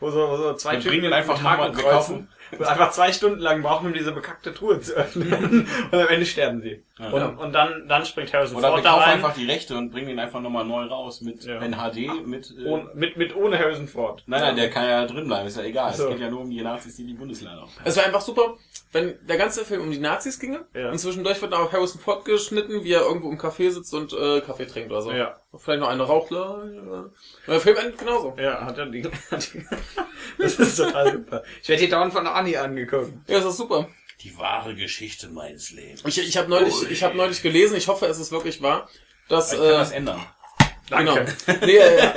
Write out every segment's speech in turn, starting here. wo so, wo so zwei Wir bringen Typen ihn einfach mit nochmal- Haken wir kreuzen. Und einfach zwei Stunden lang brauchen, um diese bekackte Truhe zu öffnen. und am Ende sterben sie. Ja. und, und dann, dann springt Harrison Oder wir Ford da kaufen rein. einfach die Rechte und bringen ihn einfach nochmal neu raus mit Ja. Ah, NHD, mit... Äh, ohne, Oh, mit, mit ohne Harrison Ford. nein, nein, der kann ja drin bleiben, ist ja egal. So. Es geht ja nur um die Nazis, die die Bundeslade aufhalten. Es wäre einfach super, wenn der ganze Film um die Nazis ginge Ja. und zwischendurch wird dann auch Harrison Ford geschnitten, wie er irgendwo im Café sitzt und äh, Kaffee trinkt oder so. Ja. Vielleicht noch eine raucht. äh, Und der Film endet genauso. Ja, hat er die. Hat die das ist total super. Ich werde hier dauernd von Annie angeguckt. Ja, das ist super. Die wahre Geschichte meines Lebens. Ich, ich habe neulich, ich hab neulich gelesen, ich hoffe, es ist wirklich wahr, dass... Ich kann Äh, das ändern. Danke. Genau. Nee, ja, ja.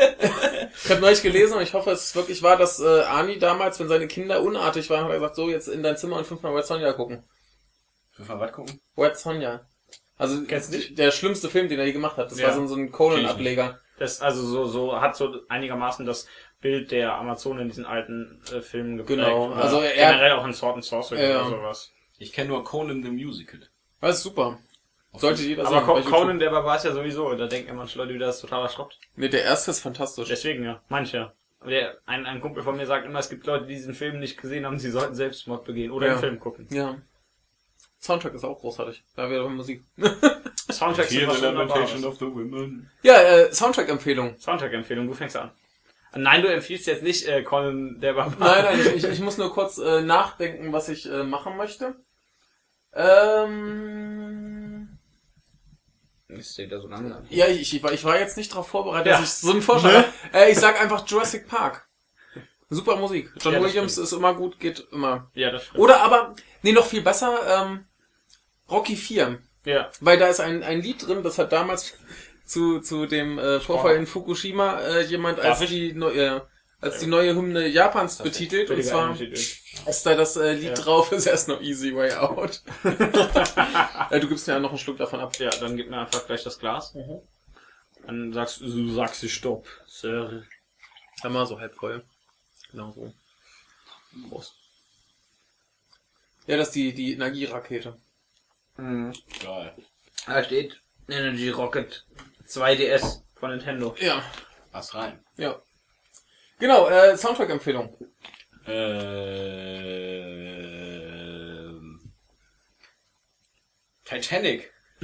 Ich habe neulich gelesen und ich hoffe, es ist wirklich wahr, dass äh, Ani damals, wenn seine Kinder unartig waren, hat er gesagt, so, jetzt in dein Zimmer und fünfmal Red Sonja gucken. Wir mal was gucken. Red Sonja. Also Kennst du nicht? der schlimmste Film, den er je gemacht hat. Das Ja. war so, so ein Kenn ich Conan-Ableger. Das also so so hat so einigermaßen das Bild der Amazonen in diesen alten äh, Filmen geprägt. Genau. Oder Also er- generell auch in Sword and Sorcery Ja. oder sowas. Ich kenne nur Conan the Musical. Das ist super. Sollte jeder Aber sehen, Co bei YouTube. Conan der Barbar ist ja sowieso, da denken immer schon Leute, wieder, das ist totaler Schrott. Nee, der erste ist fantastisch. Deswegen ja, manche. Der, ein, ein Kumpel von mir sagt immer, es gibt Leute, die diesen Film nicht gesehen haben, sie sollten Selbstmord begehen oder Ja. den Film gucken. Ja. Soundtrack ist auch großartig. Da wieder Musik. Soundtrack ist was Wunderbares. of the Women. Ja, äh, Soundtrack-Empfehlung. Soundtrack-Empfehlung, du fängst an. Nein, du empfiehlst jetzt nicht äh, Conan der Barbar. Nein, nein, ich, ich, ich muss nur kurz äh, nachdenken, was ich äh, machen möchte. Ähm, Ist der da so lange? ja, ich, ich, war, ich war jetzt nicht darauf vorbereitet, Ja. dass ich so einen Vorschlag Ne? habe. Äh, ich sag einfach Jurassic Park. Super Musik. John Ja, das Williams ist immer gut, geht immer. Ja, das stimmt. Oder aber, nee, noch viel besser, ähm, Rocky 4. Ja. Weil da ist ein, ein Lied drin, das hat damals zu, zu dem äh, Vorfall in Fukushima äh, jemand als Darf ich? die, neu, äh, als die neue Hymne Japans betitelt. Und Völliger zwar Unterschied. ist da das äh, Lied Ja. drauf, ist erst noch Easy Way Out. äh, du gibst mir ja noch einen Schluck davon ab. Ja, dann gib mir einfach gleich das Glas. Dann sagst du, sagst du Stopp, Sir. Dann mal so halb voll. Genau so. Prost. Ja, das ist die, die Energierakete. Geil. Mhm. Da steht Energy Rocket 2DS von Nintendo. Ja, Was rein. ja. Genau, äh, Soundtrack-Empfehlung. Äh, Ähm, Titanic. Oh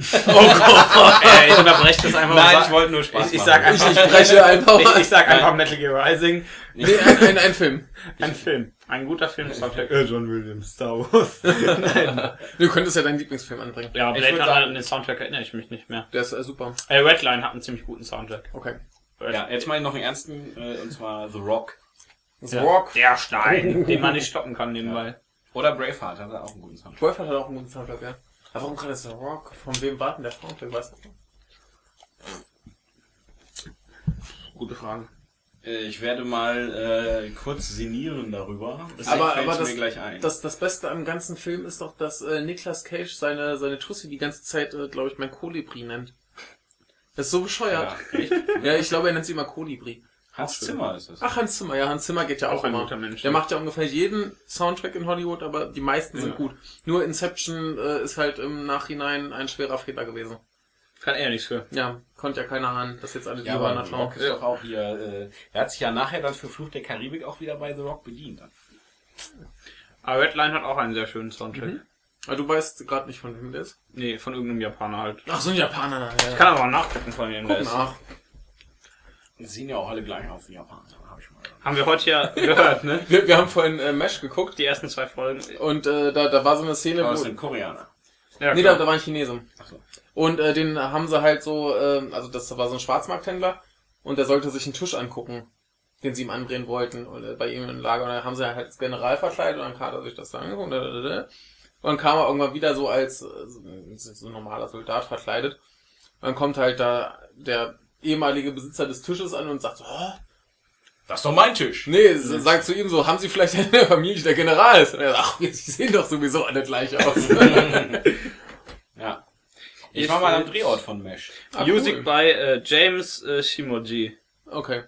Ey, ich unterbreche das einfach Nein, und ich wollte nur Spaß ich, ich machen. sag Ich, einfach, ich breche einfach. ich, ich sag Nein. einfach Metal Gear Rising. nee, ein, ein, ein Film. Ein Film. Ein guter Film. Soundtrack. Äh, John Williams, Star Wars. Nein. Du könntest ja deinen Lieblingsfilm anbringen. Ja, Ich Blade würd hat sagen- an den Soundtrack erinnere ich mich nicht mehr. Der ist äh, super. Äh, Redline hat einen ziemlich guten Soundtrack. Okay. Ja, jetzt mal noch einen ernsten, äh, und zwar The Rock. Das Ja. Rock. Der Stein, den man nicht stoppen kann nebenbei. Oder Braveheart, hat er auch einen guten Sound. Wolf hat halt auch einen guten Soundtrack, ja. Aber warum gerade das Rock? Von wem warten der Soundtrack? Weißt du? Gute Frage. Äh, Ich werde mal äh, kurz sinnieren darüber. Das Aber- fällt aber mir das- gleich ein. Das, das Beste am ganzen Film ist doch, dass äh, Nicolas Cage seine, seine Tussi die ganze Zeit, äh, glaube ich, mein Kolibri nennt. Das ist so bescheuert. echt? Ja, ich glaube, er nennt sie immer Kolibri. Hans Zimmer ist es. Ach, Hans Zimmer, ja, Hans Zimmer geht ja auch, Auch ein immer. guter Mensch, Der ne? macht ja ungefähr jeden Soundtrack in Hollywood, aber die meisten sind Ja. gut. Nur Inception äh, ist halt im Nachhinein ein schwerer Fehler gewesen. Kann er nichts für. Ja, konnte ja keiner ahnen, dass jetzt alle die Ja, Hörer aber The nachschauen. Rock ist doch auch hier, äh, er hat sich ja nachher dann für Fluch der Karibik auch wieder bei The Rock bedient. Aber Redline hat auch einen sehr schönen Soundtrack. Aber du weißt gerade nicht, von wem der ist. Nee, von irgendeinem Japaner halt. Ach, so ein Japaner. Ja, Kann aber auch nachgucken von ne? wem der ist. Nach. Die Äh, sehen ja auch alle gleich aus in Japan. Hab ich mal gesagt. Haben wir heute ja gehört, ne? Wir, wir haben vorhin äh, Mesh geguckt Die ersten zwei Folgen. und äh, da, da war so eine Szene, Aber es wo... sind Koreaner. Ja, Nee, da, da war ein Chinese. Ach so. Und äh, den haben sie halt so, äh, also das war so ein Schwarzmarkthändler und der sollte sich einen Tisch angucken, den sie ihm andrehen wollten und, äh, bei ihm im Lager. Und dann haben sie halt als General verkleidet und dann hat er sich das da angeguckt. Da, da, da. Und dann kam er irgendwann wieder so als äh, so ein so ein normaler Soldat verkleidet. Und dann kommt halt da der ehemalige Besitzer des Tisches an und sagt so, oh, Das ist doch mein Tisch. Nee, s- sagt zu ihm so, haben Sie vielleicht in der Familie der General ist? Und er sagt, ach, wir- Sie sehen doch sowieso alle gleich aus. Ja. Ich war mal am Drehort von Mesh. Ah, Music cool. by äh, James äh, Shimoji. Okay.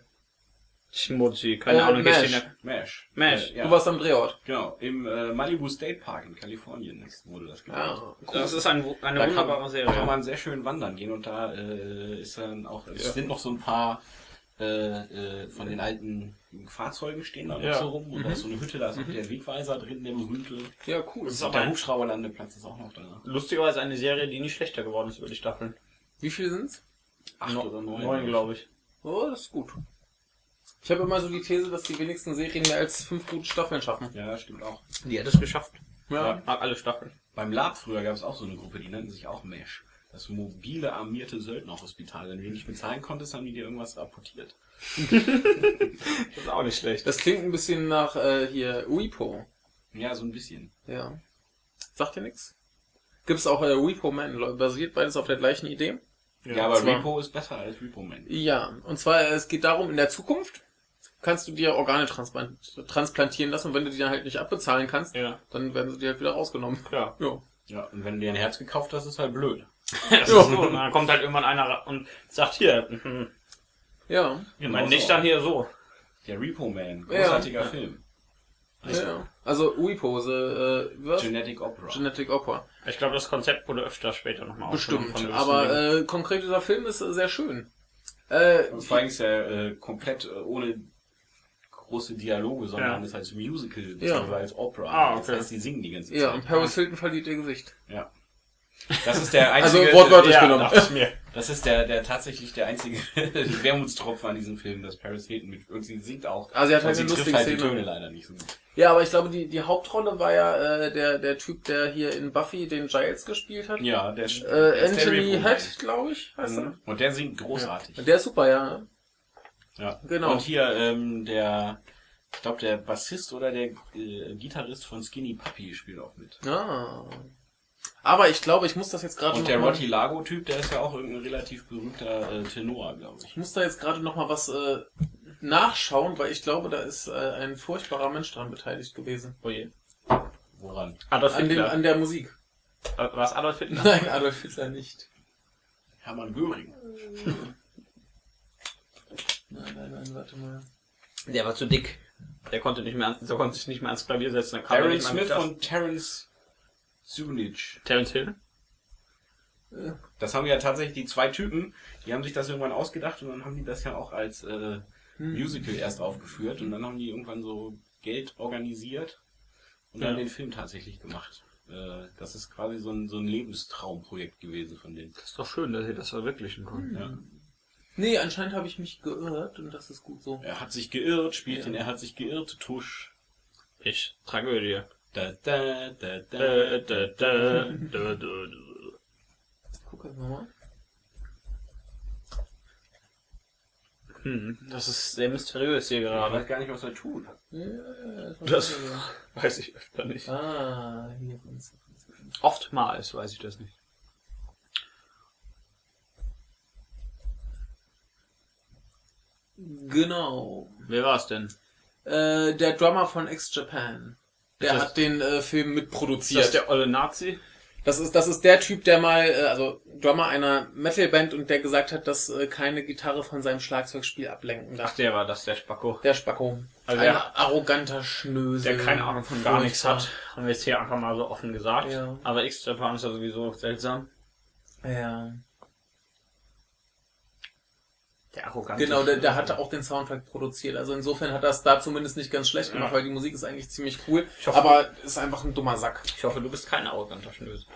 Shimoji, keine Äh, Ahnung, wie Mash. steht der- Mesh. Mesh. Äh, ja. Du warst am Drehort. genau. Im äh, Malibu State Park in Kalifornien ist, wurde das gemacht. Ja, Ah, cool. Das ist ein, wu- eine Da kann- wunderbare Da kann Serie. man sehr schön wandern gehen und da äh, ist dann auch, es sind noch so ein paar äh, äh, von den alten Fahrzeugen stehen da noch Ja. so rum und da ist so eine Hütte, da ist auch der Wegweiser drin, der berühmte. Ja, cool. Mhm. Das ist auch der Hubschrauberlandeplatz ist auch noch da. Lustigerweise eine Serie, die nicht schlechter geworden ist über die Staffeln. Wie viele sind's? Acht No- oder neun. Neun, glaube ich. Oh, das ist gut. Ich habe immer so die These, dass die wenigsten Serien mehr als fünf gute Staffeln schaffen. Ja, stimmt auch. Die hat es geschafft. Ja. Hat alle Staffeln. Beim Lab früher gab es auch so eine Gruppe, die nannten sich auch MESH. Das mobile armierte Söldnerhospital. Wenn du die nicht bezahlen konntest, haben die dir irgendwas apportiert. Das ist auch nicht schlecht. Das klingt ein bisschen nach äh, hier Weepo. Ja, so ein bisschen. Ja. Sagt dir nix? Gibt's auch äh, Weepo Man, Leute, basiert beides auf der gleichen Idee? Ja, Ja, aber zwar. Repo ist besser als Repo Man. Ja, und zwar, äh, es geht darum, in der Zukunft kannst du dir Organe transplant- transplantieren lassen und wenn du die dann halt nicht abbezahlen kannst, Ja, dann werden sie dir halt wieder rausgenommen. klar. Ja. Ja, und wenn du dir ein Herz gekauft hast, ist halt blöd. Das ist so. Und dann kommt halt irgendwann einer ra- und sagt hier, mhm, Ja. mein Nüchtern hier so. Der Repo Man, Ja. großartiger Film. ja. ja. Also Uipose, äh, was? Genetic Opera. Genetic Opera. Ich glaube, das Konzept wurde öfter später nochmal Bestimmt. von gewissen Aber Dingen. äh, konkret dieser Film ist äh, sehr schön. Äh, Und vor allem ist er äh, komplett äh, ohne große Dialoge, sondern Ja. ist als Musical, Ja. beziehungsweise als Opera. Ah, Das okay. heißt, die singen die ganze ja, und Zeit. Paris Hilton verliert ihr Gesicht. Ja. Das ist der Also einzige. wortwörtlich ja, genommen. dachte ich mir. Das ist der, der tatsächlich der einzige Wermutstropfen an diesem Film, dass Paris Hilton mit und sie singt auch. Ah, sie hat halt Und sie eine trifft lustige halt die Szene. Töne leider nicht so gut. Ja, aber ich glaube, die, die Hauptrolle war ja äh, der, der Typ, der hier in Buffy den Giles gespielt hat. Ja, der, ist- der Äh, ist der Anthony Repo Head, glaube ich, Man. heißt er. Mhm. Und der singt großartig. Der ist super, ja. Ja. Genau. Und hier ähm, der, ich glaube der Bassist oder der äh, Gitarrist von Skinny Puppy spielt auch mit. Ah. Aber ich glaube, ich muss das jetzt gerade Und noch der mal- Rotti Lago-Typ, der ist ja auch irgendein relativ berühmter äh, Tenor, glaube ich. Ich muss da jetzt gerade noch mal was äh, nachschauen, weil ich glaube, da ist äh, ein furchtbarer Mensch dran beteiligt gewesen. Oh je. Woran? Adolf An, dem, Hitler. an der Musik. War es Adolf Hitler? Nein, Adolf Hitler nicht. Hermann Göring. Nein, nein, nein, warte mal. Der war zu dick. Der konnte nicht mehr, ans- der konnte sich nicht mehr ans Klavier setzen. Dann kam er Aaron nicht mehr mit Smith das- und Terence Zunich. Terence Hill. Äh, Das haben ja tatsächlich die zwei Typen, die haben sich das irgendwann ausgedacht und dann haben die das ja auch als äh, hm. Musical erst aufgeführt und dann haben die irgendwann so Geld organisiert und dann Ja. den Film tatsächlich gemacht. Äh, das ist quasi so ein, so ein Lebenstraumprojekt gewesen von denen. Das ist doch schön, dass sie das verwirklichen konnten. Ja. Hm. Nee, anscheinend habe ich mich geirrt und das ist gut so. Er hat sich geirrt, spielt den, er hat sich geirrt, Tusch. Ich. Tragödie. Da, da, da, Da, da, Äh, da, da, da, da, da. Ich gucke einfach mal. Hm, das ist sehr mysteriös hier Ich gerade. weiß gar nicht, was er tut. Ja, ja, ja, Das- war- Weiß ich öfter nicht. Ah, hier uns. Oftmals weiß ich das nicht. Genau. Wer war es denn? Äh, der Drummer von X Japan. Ist Der das- hat den äh, Film Ist das mitproduziert. der olle Nazi? Das ist, das ist der Typ, der mal, äh, also Drummer einer Metalband und der gesagt hat, dass äh, keine Gitarre von seinem Schlagzeugspiel ablenken Ach, darf. der war das, der Spacko. Der Spacko. Also Ein der- arroganter Schnösel. Der keine Ahnung von gar nichts Furchtbar. hat. Haben wir jetzt hier einfach mal so offen gesagt. Ja. Aber X-Japan ist ja sowieso seltsam. Ja. Der arrogante. Genau, der, der hatte auch den Soundtrack produziert. Also insofern hat das da zumindest nicht ganz schlecht gemacht, Ja. weil die Musik ist eigentlich ziemlich cool. Ich hoffe- aber ist einfach ein dummer Sack. Ich hoffe, du bist kein arroganter Schnösel.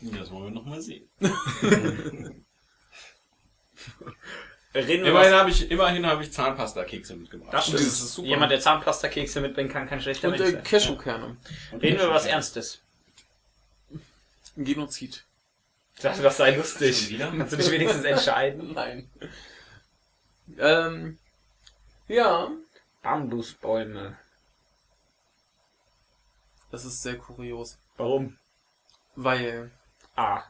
Das wollen wir nochmal sehen. Reden wir Immerhin mal. habe ich, immerhin habe ich Zahnpasta-Kekse mitgebracht. Das stimmt. Das ist super. Jemand, der Zahnpasta-Kekse mitbringen kann, kein schlechter Und Mensch äh, sein. Cashewkerne. Reden wir was Ernstes. Ein Genozid. Ich dachte, das sei lustig. Schon wieder? Kannst du dich wenigstens entscheiden? Nein. Ähm, ja. Bambusbäume. Das ist sehr kurios. Warum? Weil, Ah.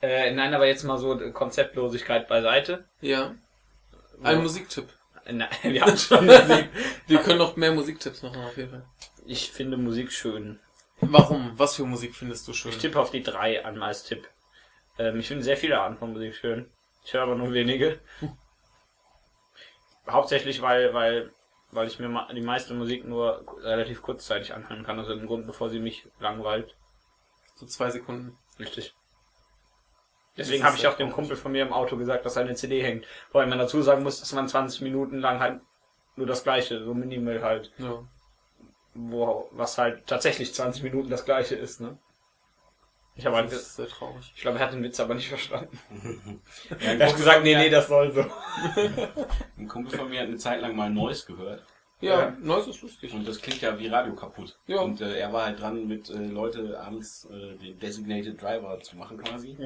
Äh, nein, aber jetzt mal so äh, Konzeptlosigkeit beiseite. ja. Ein Musiktipp. Äh, Nein, wir haben schon Musik. Wir können noch mehr Musiktipps machen, auf jeden Fall. Ich finde Musik schön. Warum? Was für Musik findest du schön? Ich tippe auf die drei an als Tipp. Ähm, ich finde sehr viele Arten von Musik schön. Ich höre aber nur wenige. Hauptsächlich, weil, weil, weil ich mir ma- die meiste Musik nur relativ kurzzeitig anhören kann. Also im Grunde, bevor sie mich langweilt. So zwei Sekunden. Richtig. Deswegen Das habe ist ich auch sehr dem komisch. Kumpel von mir im Auto gesagt, dass seine CD hängt. Wobei man dazu sagen muss, dass man 20 Minuten lang halt nur das gleiche, so minimal halt, Ja. wo, was halt tatsächlich 20 Minuten das gleiche ist, ne? Ich habe Das halt, ist sehr traurig. ich glaube, er hat den Witz aber nicht verstanden. Ja, ein Er hat Kumpel gesagt, von nee, mir- nee, das soll so. Ein Kumpel von mir hat eine Zeit lang mal Neues gehört. Ja, Ja. Neues ist lustig. Und das klingt ja wie Radio kaputt. Ja. Und äh, er war halt dran, mit äh, Leute abends äh, den Designated Driver zu machen quasi.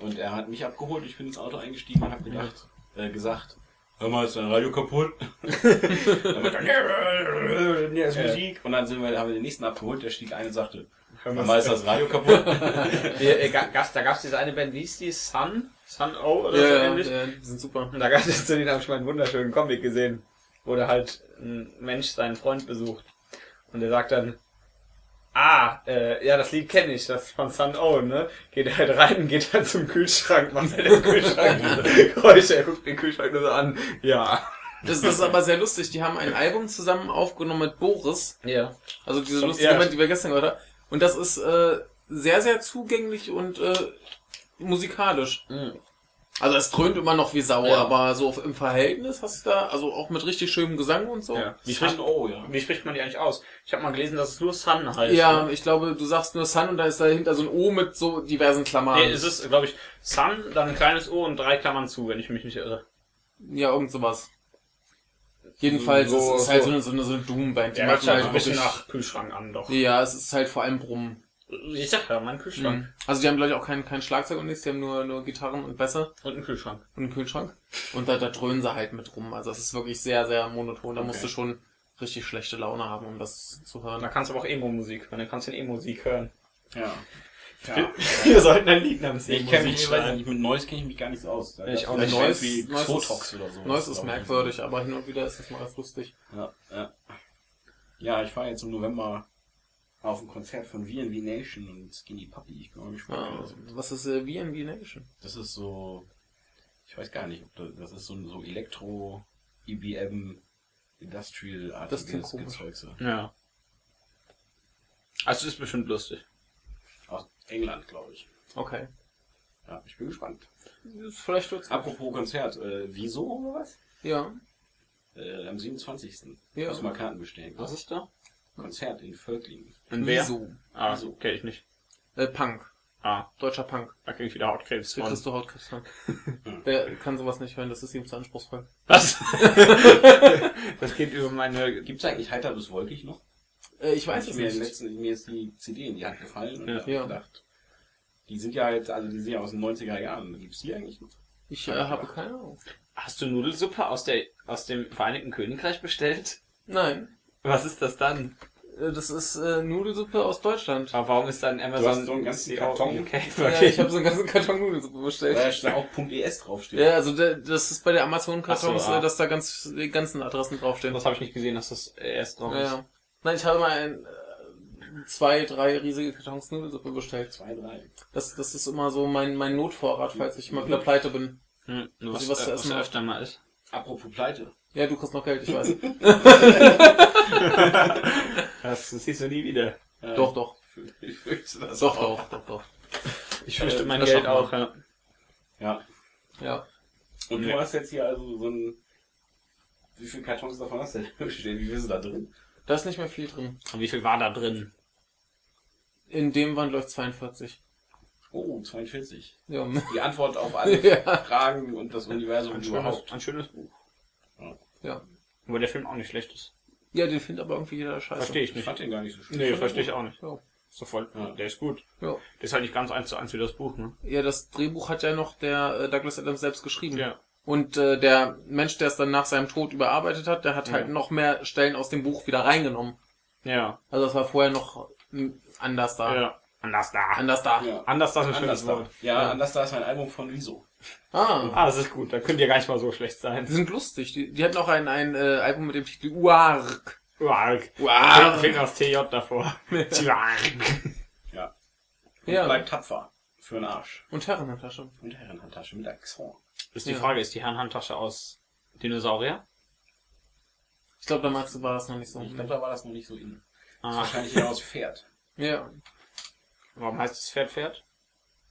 Und er hat mich abgeholt, ich bin ins Auto eingestiegen und habe gedacht, äh, gesagt, hör mal, ist dein Radio kaputt? dann hat er, nee, ist Ja. Musik. Und dann sind wir, haben wir den nächsten abgeholt, der stieg ein und sagte, Hör hör mal, ist das Radio kaputt? Hier, äh, ga- gab's, da gab es diese eine Band, wie hieß die? Sun? Sun O oder Ja, so ja, ähnlich? ja, die sind super. Und da gab es zu denen, habe ich mal einen wunderschönen Comic gesehen, wo da halt ein Mensch seinen Freund besucht. Und der sagt dann, ah, äh, ja, das Lied kenne ich, das ist von Sun Owen, ne? Geht er halt rein, geht halt zum Kühlschrank, macht halt den Kühlschrank diese Geräusche, er guckt den Kühlschrank nur so an. Ja. Das, das ist aber sehr lustig. Die haben ein Album zusammen aufgenommen mit Boris. Ja. Also diese Schon- lustige ja. Band, die wir gestern gehört haben. Und das ist äh, sehr, sehr zugänglich und äh, musikalisch. Also es dröhnt immer noch wie Sau, Mhm. Ja. aber so auf- im Verhältnis hast du da, also auch mit richtig schönem Gesang und so. ja. Wie, Sun spricht, O, "Oh, ja. wie spricht man die eigentlich aus? Ich habe mal gelesen, dass es nur Sun heißt. Ja, ne? ich glaube, du sagst nur Sun und da ist dahinter so ein O mit so diversen Klammern. Nee, es ist, glaube ich, Sun, dann ein kleines O und drei Klammern zu, wenn ich mich nicht irre. ja, irgend sowas. Jedenfalls So, es ist so. halt so eine, so eine, so eine Doom-Band. Die Der hört machen sich halt ein halt bisschen wirklich, nach Kühlschrank an, doch. ja, es ist halt vor allem Brummen. Ich sag ja, mein Kühlschrank. Mhm. Also die haben, glaube ich, auch kein, kein Schlagzeug und nichts, die haben nur, nur Gitarren und Bässe. Und ein Kühlschrank. und einen Kühlschrank. Und da, da dröhnen sie halt mit rum. Also es ist wirklich sehr, sehr monoton. Da Okay. musst du schon richtig schlechte Laune haben, um das zu Und da hören. kannst du aber auch Emo-Musik hören, dann kannst du den Emo-Musik hören. ja. Wir sollten ein Lied namens Ich kenne mich, weiß nicht, mit Neues kenne ich mich gar nicht so aus. Da Ich gab's auch vielleicht nicht. Bands Neues- wie Neues ist- Xotox oder so. Neues ist Glaub ich. merkwürdig, aber hin und wieder ist das mal ganz lustig. Ja, ja. ja ich fahre jetzt im November auf ein Konzert von V&V Nation und Skinny Puppy. Ich bin auch gespannt. wie Ja, das wird. was ist äh, VNV Nation? Das ist so, ich weiß gar nicht, ob das, das ist so ein so Elektro, IBM, Industrial Das klingt artiges komisch. Zeug so. Ja. Also ist bestimmt lustig. Aus England, glaube ich. Okay. Ja, ich bin gespannt. Ist Vielleicht wird's. Apropos Konzert, äh, wieso oder was? Ja. Äh, am 27. Ja. Muss mal Karten bestellen. Was ist da? Konzert in Völklingen. Und wer? Wieso? Ah, Wieso? kenne ich nicht. Äh, Punk. Ah, Deutscher Punk. da krieg ich wieder Hautkrebs Da von. kriegst du Hautkrebs von. Der kann sowas nicht hören, das ist ihm zu anspruchsvoll. Was? das geht über meine... Gibt's eigentlich heiter bis wolkig noch? Äh, ich weiß es mir, nicht. den letzten, mir ist die CD in die Hand gefallen und Ja. ich Ja. hab gedacht, die sind ja halt, also die sind ja aus den 90er Jahren. Gibt's die eigentlich noch? Ich äh, habe keine Ahnung. Hast du Nudelsuppe aus, der, aus dem Vereinigten Königreich bestellt? Nein. Was ist das dann? Äh, das ist äh, Nudelsuppe aus Deutschland. Aber warum ist dann Amazon... Du hast so einen ganzen Karton. Ah, Okay, Ja, ich habe so einen ganzen Karton Nudelsuppe bestellt. Weil da auch .es draufsteht. Ja, also da- das ist bei der Amazon-Kartons, Ach so, ah. äh, dass da ganz die ganzen Adressen draufstehen. das habe ich nicht gesehen, dass das erst drauf Ja, ist. ja. Nein, ich habe mal ein, äh, zwei, drei riesige Kartons Nudelsuppe bestellt. Zwei, drei. Das, das ist immer so mein, mein Notvorrat, falls ich mal wieder pleite bin. Hm, nur was, Also was zu äh, essen was hat. öfter mal ist. Apropos Pleite. Ja, du kriegst noch Geld, ich weiß. Das, siehst du nie wieder. Äh, doch, doch. Ich fürchte das Doch, auch. doch, doch, doch. Ich fürchte Äh, mein das Geld auch. schafft Ja. Ja. Ja. Und Nee. du hast jetzt hier also so ein... Wie viele Kartons davon hast du denn stehen? Wie viel sind da drin? Da ist nicht mehr viel drin. Und wie viel war da drin? In dem Wand läuft 42. Oh, 42. Ja. Die Antwort auf alle Ja. Fragen und das Also, Universum überhaupt. ein schönes Buch. ja. Wo der Film auch nicht schlecht ist. Ja, den findet aber irgendwie jeder scheiße. Verstehe ich Ich nicht. fand den gar nicht so schlimm. Nee, verstehe Also, ich auch nicht. Ja. So voll, Ja. Der ist gut. Ja. Der ist halt nicht ganz eins zu eins wie das Buch, ne? ja, das Drehbuch hat ja noch der äh, Douglas Adams selbst geschrieben. Ja. Und äh, der Mensch, der es dann nach seinem Tod überarbeitet hat, der hat Ja. halt noch mehr Stellen aus dem Buch wieder reingenommen. Ja. Also das war vorher noch m, anders da. ja. Anders da. Anders da. Ja. Ah. Anders das ist ein Anders schönes da. Wort. Ja, Ja. anders da ist ein Album von Wieso. Ah. Ah, das ist gut. Da könnt ihr gar nicht mal so schlecht Die sein. sind lustig. Die, die hatten auch ein, ein äh, Album mit dem Titel Uark. Warg. Ah. Uark. Fehlt noch das TJ davor. Warg. Ja. Und Ja. bleibt tapfer. Für den Arsch. Und Herren in der Tasche. Und Herrenhandtasche mit Accent. Ist die Ja. Frage, ist die Herrenhandtasche aus Dinosaurier? Ich glaube, damals war das noch nicht so. Mhm. Ich glaube, da war das noch nicht so in. Das ist Ah. wahrscheinlich eher aus Pferd. Ja, Warum heißt es Pferd Pferd?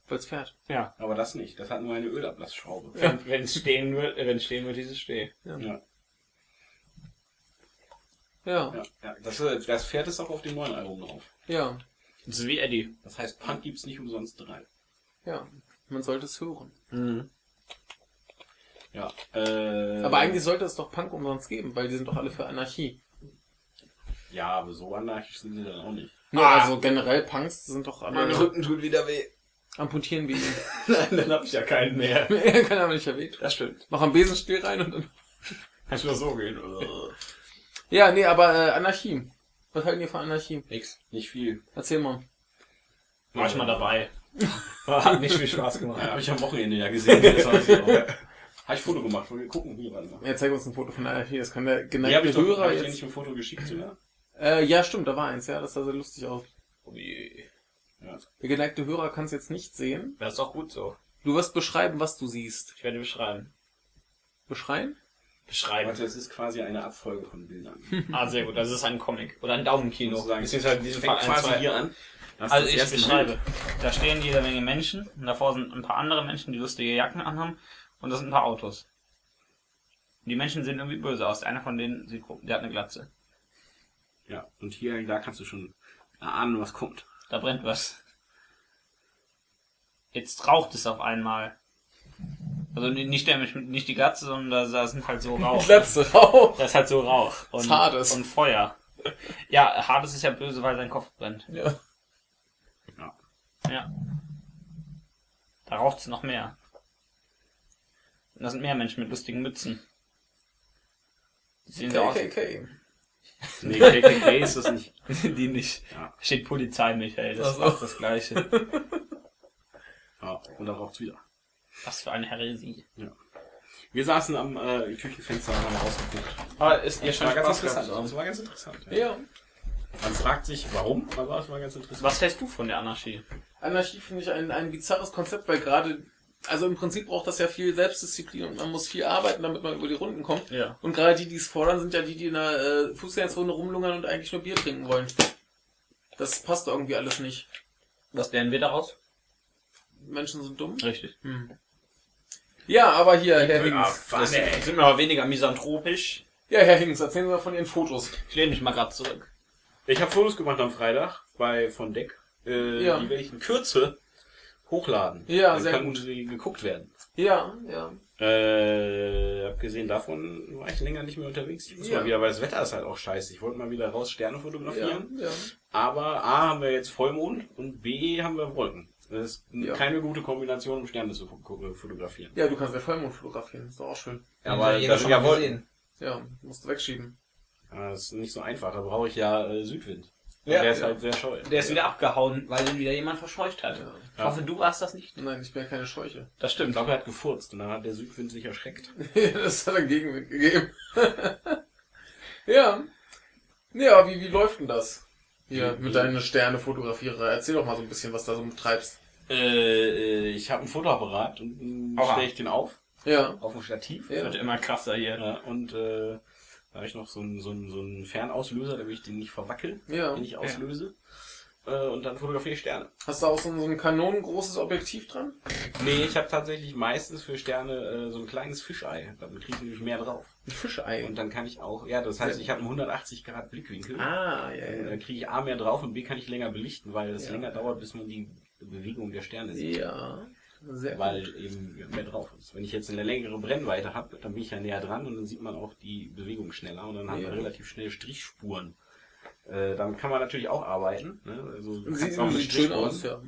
weil's fährt. Ja. Aber das nicht. Das hat nur eine Ölablassschraube. äh, Wenn es stehen wird, wenn stehen wird, dieses Steh. Ja. Ja, Ja, ja. Das, äh, das Pferd ist auch auf dem neuen Album drauf. ja, Das ist wie Eddie. Das heißt, Punk gibt's nicht umsonst drei. ja. Man sollte es hören. Mhm. Ja. Äh, Aber eigentlich sollte es doch Punk umsonst geben, weil die sind doch alle für Anarchie. Ja, aber so anarchisch sind sie dann auch nicht. Ja, Ah. also generell Punks sind doch Mein alle Rücken tut wieder weh. amputieren wie ihn. Nein, dann hab ich ja keinen mehr. Kann aber nicht erwähnt. Das stimmt. Mach am Besenstiel rein und dann. Kannst du nur so gehen. Äh. Ja, nee, aber äh, Anarchie. Was halten die von Anarchie? Nix. Nicht viel. Erzähl mal. War ich mal dabei. Hat nicht viel Spaß Ja, gemacht. habe ich am Wochenende ja gesehen. Das hab ich auch. Hab ich Foto gemacht. Wollen wir gucken? Hier, warte mal. Ja, zeig uns ein Foto von Anarchie. Das kann Die der hab geneigte ich doch, hab Hörer ich dir jetzt. nicht ein Foto geschickt sogar? Äh, ja, stimmt, da war eins, ja, das sah sehr lustig aus. Oh Ja. Der geneigte Hörer kann es jetzt nicht sehen. Das ist auch gut so. Du wirst beschreiben, was du siehst. Ich werde beschreiben. Beschreiben? Beschreiben. Warte, es ist quasi eine Abfolge von Bildern. Ah, sehr gut. Das ist ein Comic. Oder ein Daumenkino. Sozusagen. Beziehungsweise in diesem Fall ein, quasi halt zwei. hier an. Das Also ist ich das erste beschreibe. Bild. Da stehen jede Menge Menschen und davor sind ein paar andere Menschen, die lustige Jacken anhaben und das sind ein paar Autos. Die Menschen sehen irgendwie böse aus. Einer von denen sieht, gro- der hat eine Glatze. Ja, und hier, da kannst du schon erahnen, was kommt. Da brennt was. Jetzt raucht es auf einmal. Also ni- nicht der Mensch, mit- nicht die Glatze, sondern da, da sind halt so Rauch. Letzte Rauch. Da ist halt so Rauch und, Hades. und Feuer. Ja, Hades ist ja böse, weil sein Kopf brennt. Ja. Ja. Ja. Da raucht es noch mehr. Und da sind mehr Menschen mit lustigen Mützen. Die sehen so aus. Okay, okay. Nee, KKK ist das nicht. Die nicht. Ja. Steht Polizei, Michael. Das Ach so. ist fast das Gleiche. Ja, und da raucht's wieder. Was für eine Heresie. Wir saßen am äh, Küchenfenster und haben rausgeguckt. Aber ist ihr Das war ganz interessant. Das war ganz interessant. Ja. Ja. Man fragt sich, warum, aber es war ganz interessant. Was hältst du von der Anarchie? Anarchie finde ich ein, ein bizarres Konzept, weil gerade, also im Prinzip braucht das ja viel Selbstdisziplin und man muss viel arbeiten, damit man über die Runden kommt. Ja. Und gerade die, die es fordern, sind ja die, die in der äh, Fußgängerzone rumlungern und eigentlich nur Bier trinken wollen. Das passt irgendwie alles nicht. Was lernen wir daraus? Menschen sind dumm. Richtig. Hm. Ja, aber hier, Herr Ah, Hinks. Das sind sind wir aber weniger misanthropisch. Ja, Herr Hinks, erzählen Sie mal von Ihren Fotos. Ich lehne mich mal gerade zurück. Ich habe Fotos gemacht am Freitag bei von Deck. Äh, Ja. Die werde ich in Kürze hochladen. Ja, Dann sehr kann gut. sie geguckt werden. Ja, ja. Äh, abgesehen davon war ich länger nicht mehr unterwegs. Ich muss Ja. mal wieder, weil das Wetter ist halt auch scheiße. Ich wollte mal wieder raus Sterne Ja, fotografieren. ja. Aber A haben wir jetzt Vollmond und B haben wir Wolken. Das ist Ja. keine gute Kombination, um Sterne zu fo- fotografieren. ja du kannst ja Vollmond fotografieren, ist doch auch schön. aber da sind ja Wolken. Ja, musst du wegschieben. Ja, Das ist nicht so einfach, da brauche ich ja äh, Südwind. Und Ja. der ist Ja. halt sehr scheu. Der ist wieder abgehauen, weil ihn wieder jemand verscheucht hat. Ja. Ich hoffe, du warst das nicht. Nein, ich bin ja keine Scheuche. Das Ich stimmt. glaube, er hat gefurzt und dann hat der Südwind sich erschreckt. das hat einen Gegenwind gegeben. ja. Ja, wie, wie läuft denn das? Hier, mit deinen Sterne-Fotografierer. Erzähl doch mal so ein bisschen, was da so betreibst. Äh, äh, ich habe ein Fotoapparat und Aua. stelle ich den auf. Ja. Auf dem Stativ? Ja. Wird immer krasser hier. ne? Ja, und äh, da habe ich noch so einen, so, einen, so einen Fernauslöser, damit ich den nicht verwackel, Ja. den ich auslöse. Äh, und dann fotografiere ich Sterne. Hast du auch so ein, so ein kanonengroßes Objektiv dran? Nee, ich habe tatsächlich meistens für Sterne äh, so ein kleines Fischei. Damit kriege ich nämlich mehr drauf. Ein Fischei. Und dann kann ich auch, ja, das heißt, ich habe einen 180 Grad Blickwinkel. Ah, ja, Dann ja. kriege ich A mehr drauf und B kann ich länger belichten, weil es Ja. länger dauert, bis man die Bewegung der Sterne sieht. Ja. Sehr Weil eben mehr drauf ist. Wenn ich jetzt eine längere Brennweite habe, dann bin ich ja näher dran und dann sieht man auch die Bewegung schneller und dann haben Ja. wir relativ schnell Strichspuren. Äh, damit kann man natürlich auch arbeiten. Ne? Also, du gut. kannst Sieht, auch mit sieht schön Strichspuren. aus, ja.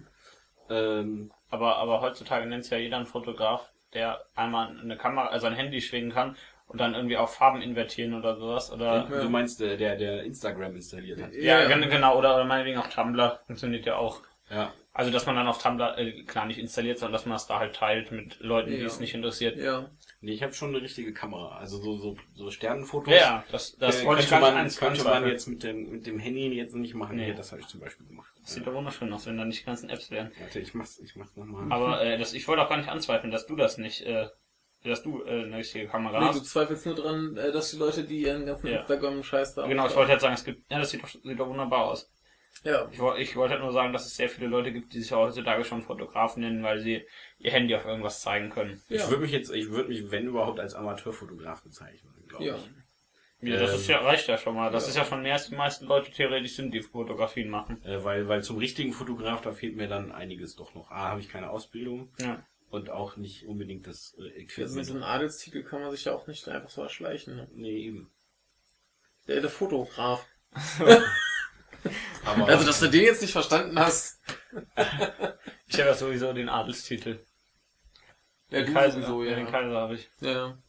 Ähm, Aber, aber heutzutage nennt es ja jeder einen Fotograf, der einmal eine Kamera, also ein Handy schwingen kann und dann irgendwie auch Farben invertieren oder sowas. Oder Ja. Du meinst, äh, der, der Instagram installiert hat. ja, Ja. gen- genau, oder, oder meinetwegen auch Tumblr funktioniert ja auch. Ja. Also dass man dann auf Tumblr äh, klar nicht installiert, sondern dass man es da halt teilt mit Leuten, die Ja. es nicht interessiert. Ja. Nee, ich habe schon eine richtige Kamera. Also so, so, so Sternenfotos. Ja, ja das, das äh, wollte ich könnte gar nicht man, eins könnte man anzweifeln. jetzt mit dem, mit dem Handy jetzt nicht machen. Nee. Nee, das habe ich zum Beispiel gemacht. Das sieht doch wunderschön aus, wenn da nicht die ganzen Apps wären. Warte, ich mach's, ich mach's nochmal. Aber äh, das, ich wollte auch gar nicht anzweifeln, dass du das nicht, äh, dass du äh, eine richtige Kamera Nee, hast. du zweifelst nur dran, äh, dass die Leute, die ihren ganzen Ja. Instagram-Scheiß da Genau, ich wollte halt sagen, es gibt, ja, das sieht doch, sieht doch wunderbar aus. Ja. Ich, woll- ich wollte halt nur sagen, dass es sehr viele Leute gibt, die sich heutzutage schon Fotografen nennen, weil sie ihr Handy auf irgendwas zeigen können. Ich Ja. würde mich jetzt, ich würde mich, wenn überhaupt, als Amateurfotograf bezeichnen, glaube Ja. ich. Ja, das Ähm. ist ja, reicht ja schon mal. Das ist ja schon mehr als die meisten Leute theoretisch sind, die Fotografien machen. Äh, weil, weil zum richtigen Fotograf, da fehlt mir dann einiges doch noch. A, habe ich keine Ausbildung Ja. und auch nicht unbedingt das äh, Also mit so Equipment. einem Adelstitel kann man sich ja auch nicht einfach so erschleichen. Ne? Nee, eben. Der, der Fotograf. Aber Also, dass du den jetzt nicht verstanden hast, Ich habe ja sowieso den Adelstitel. der du Kaiser, sowieso, ja. ja. Den Kaiser habe ich. ja.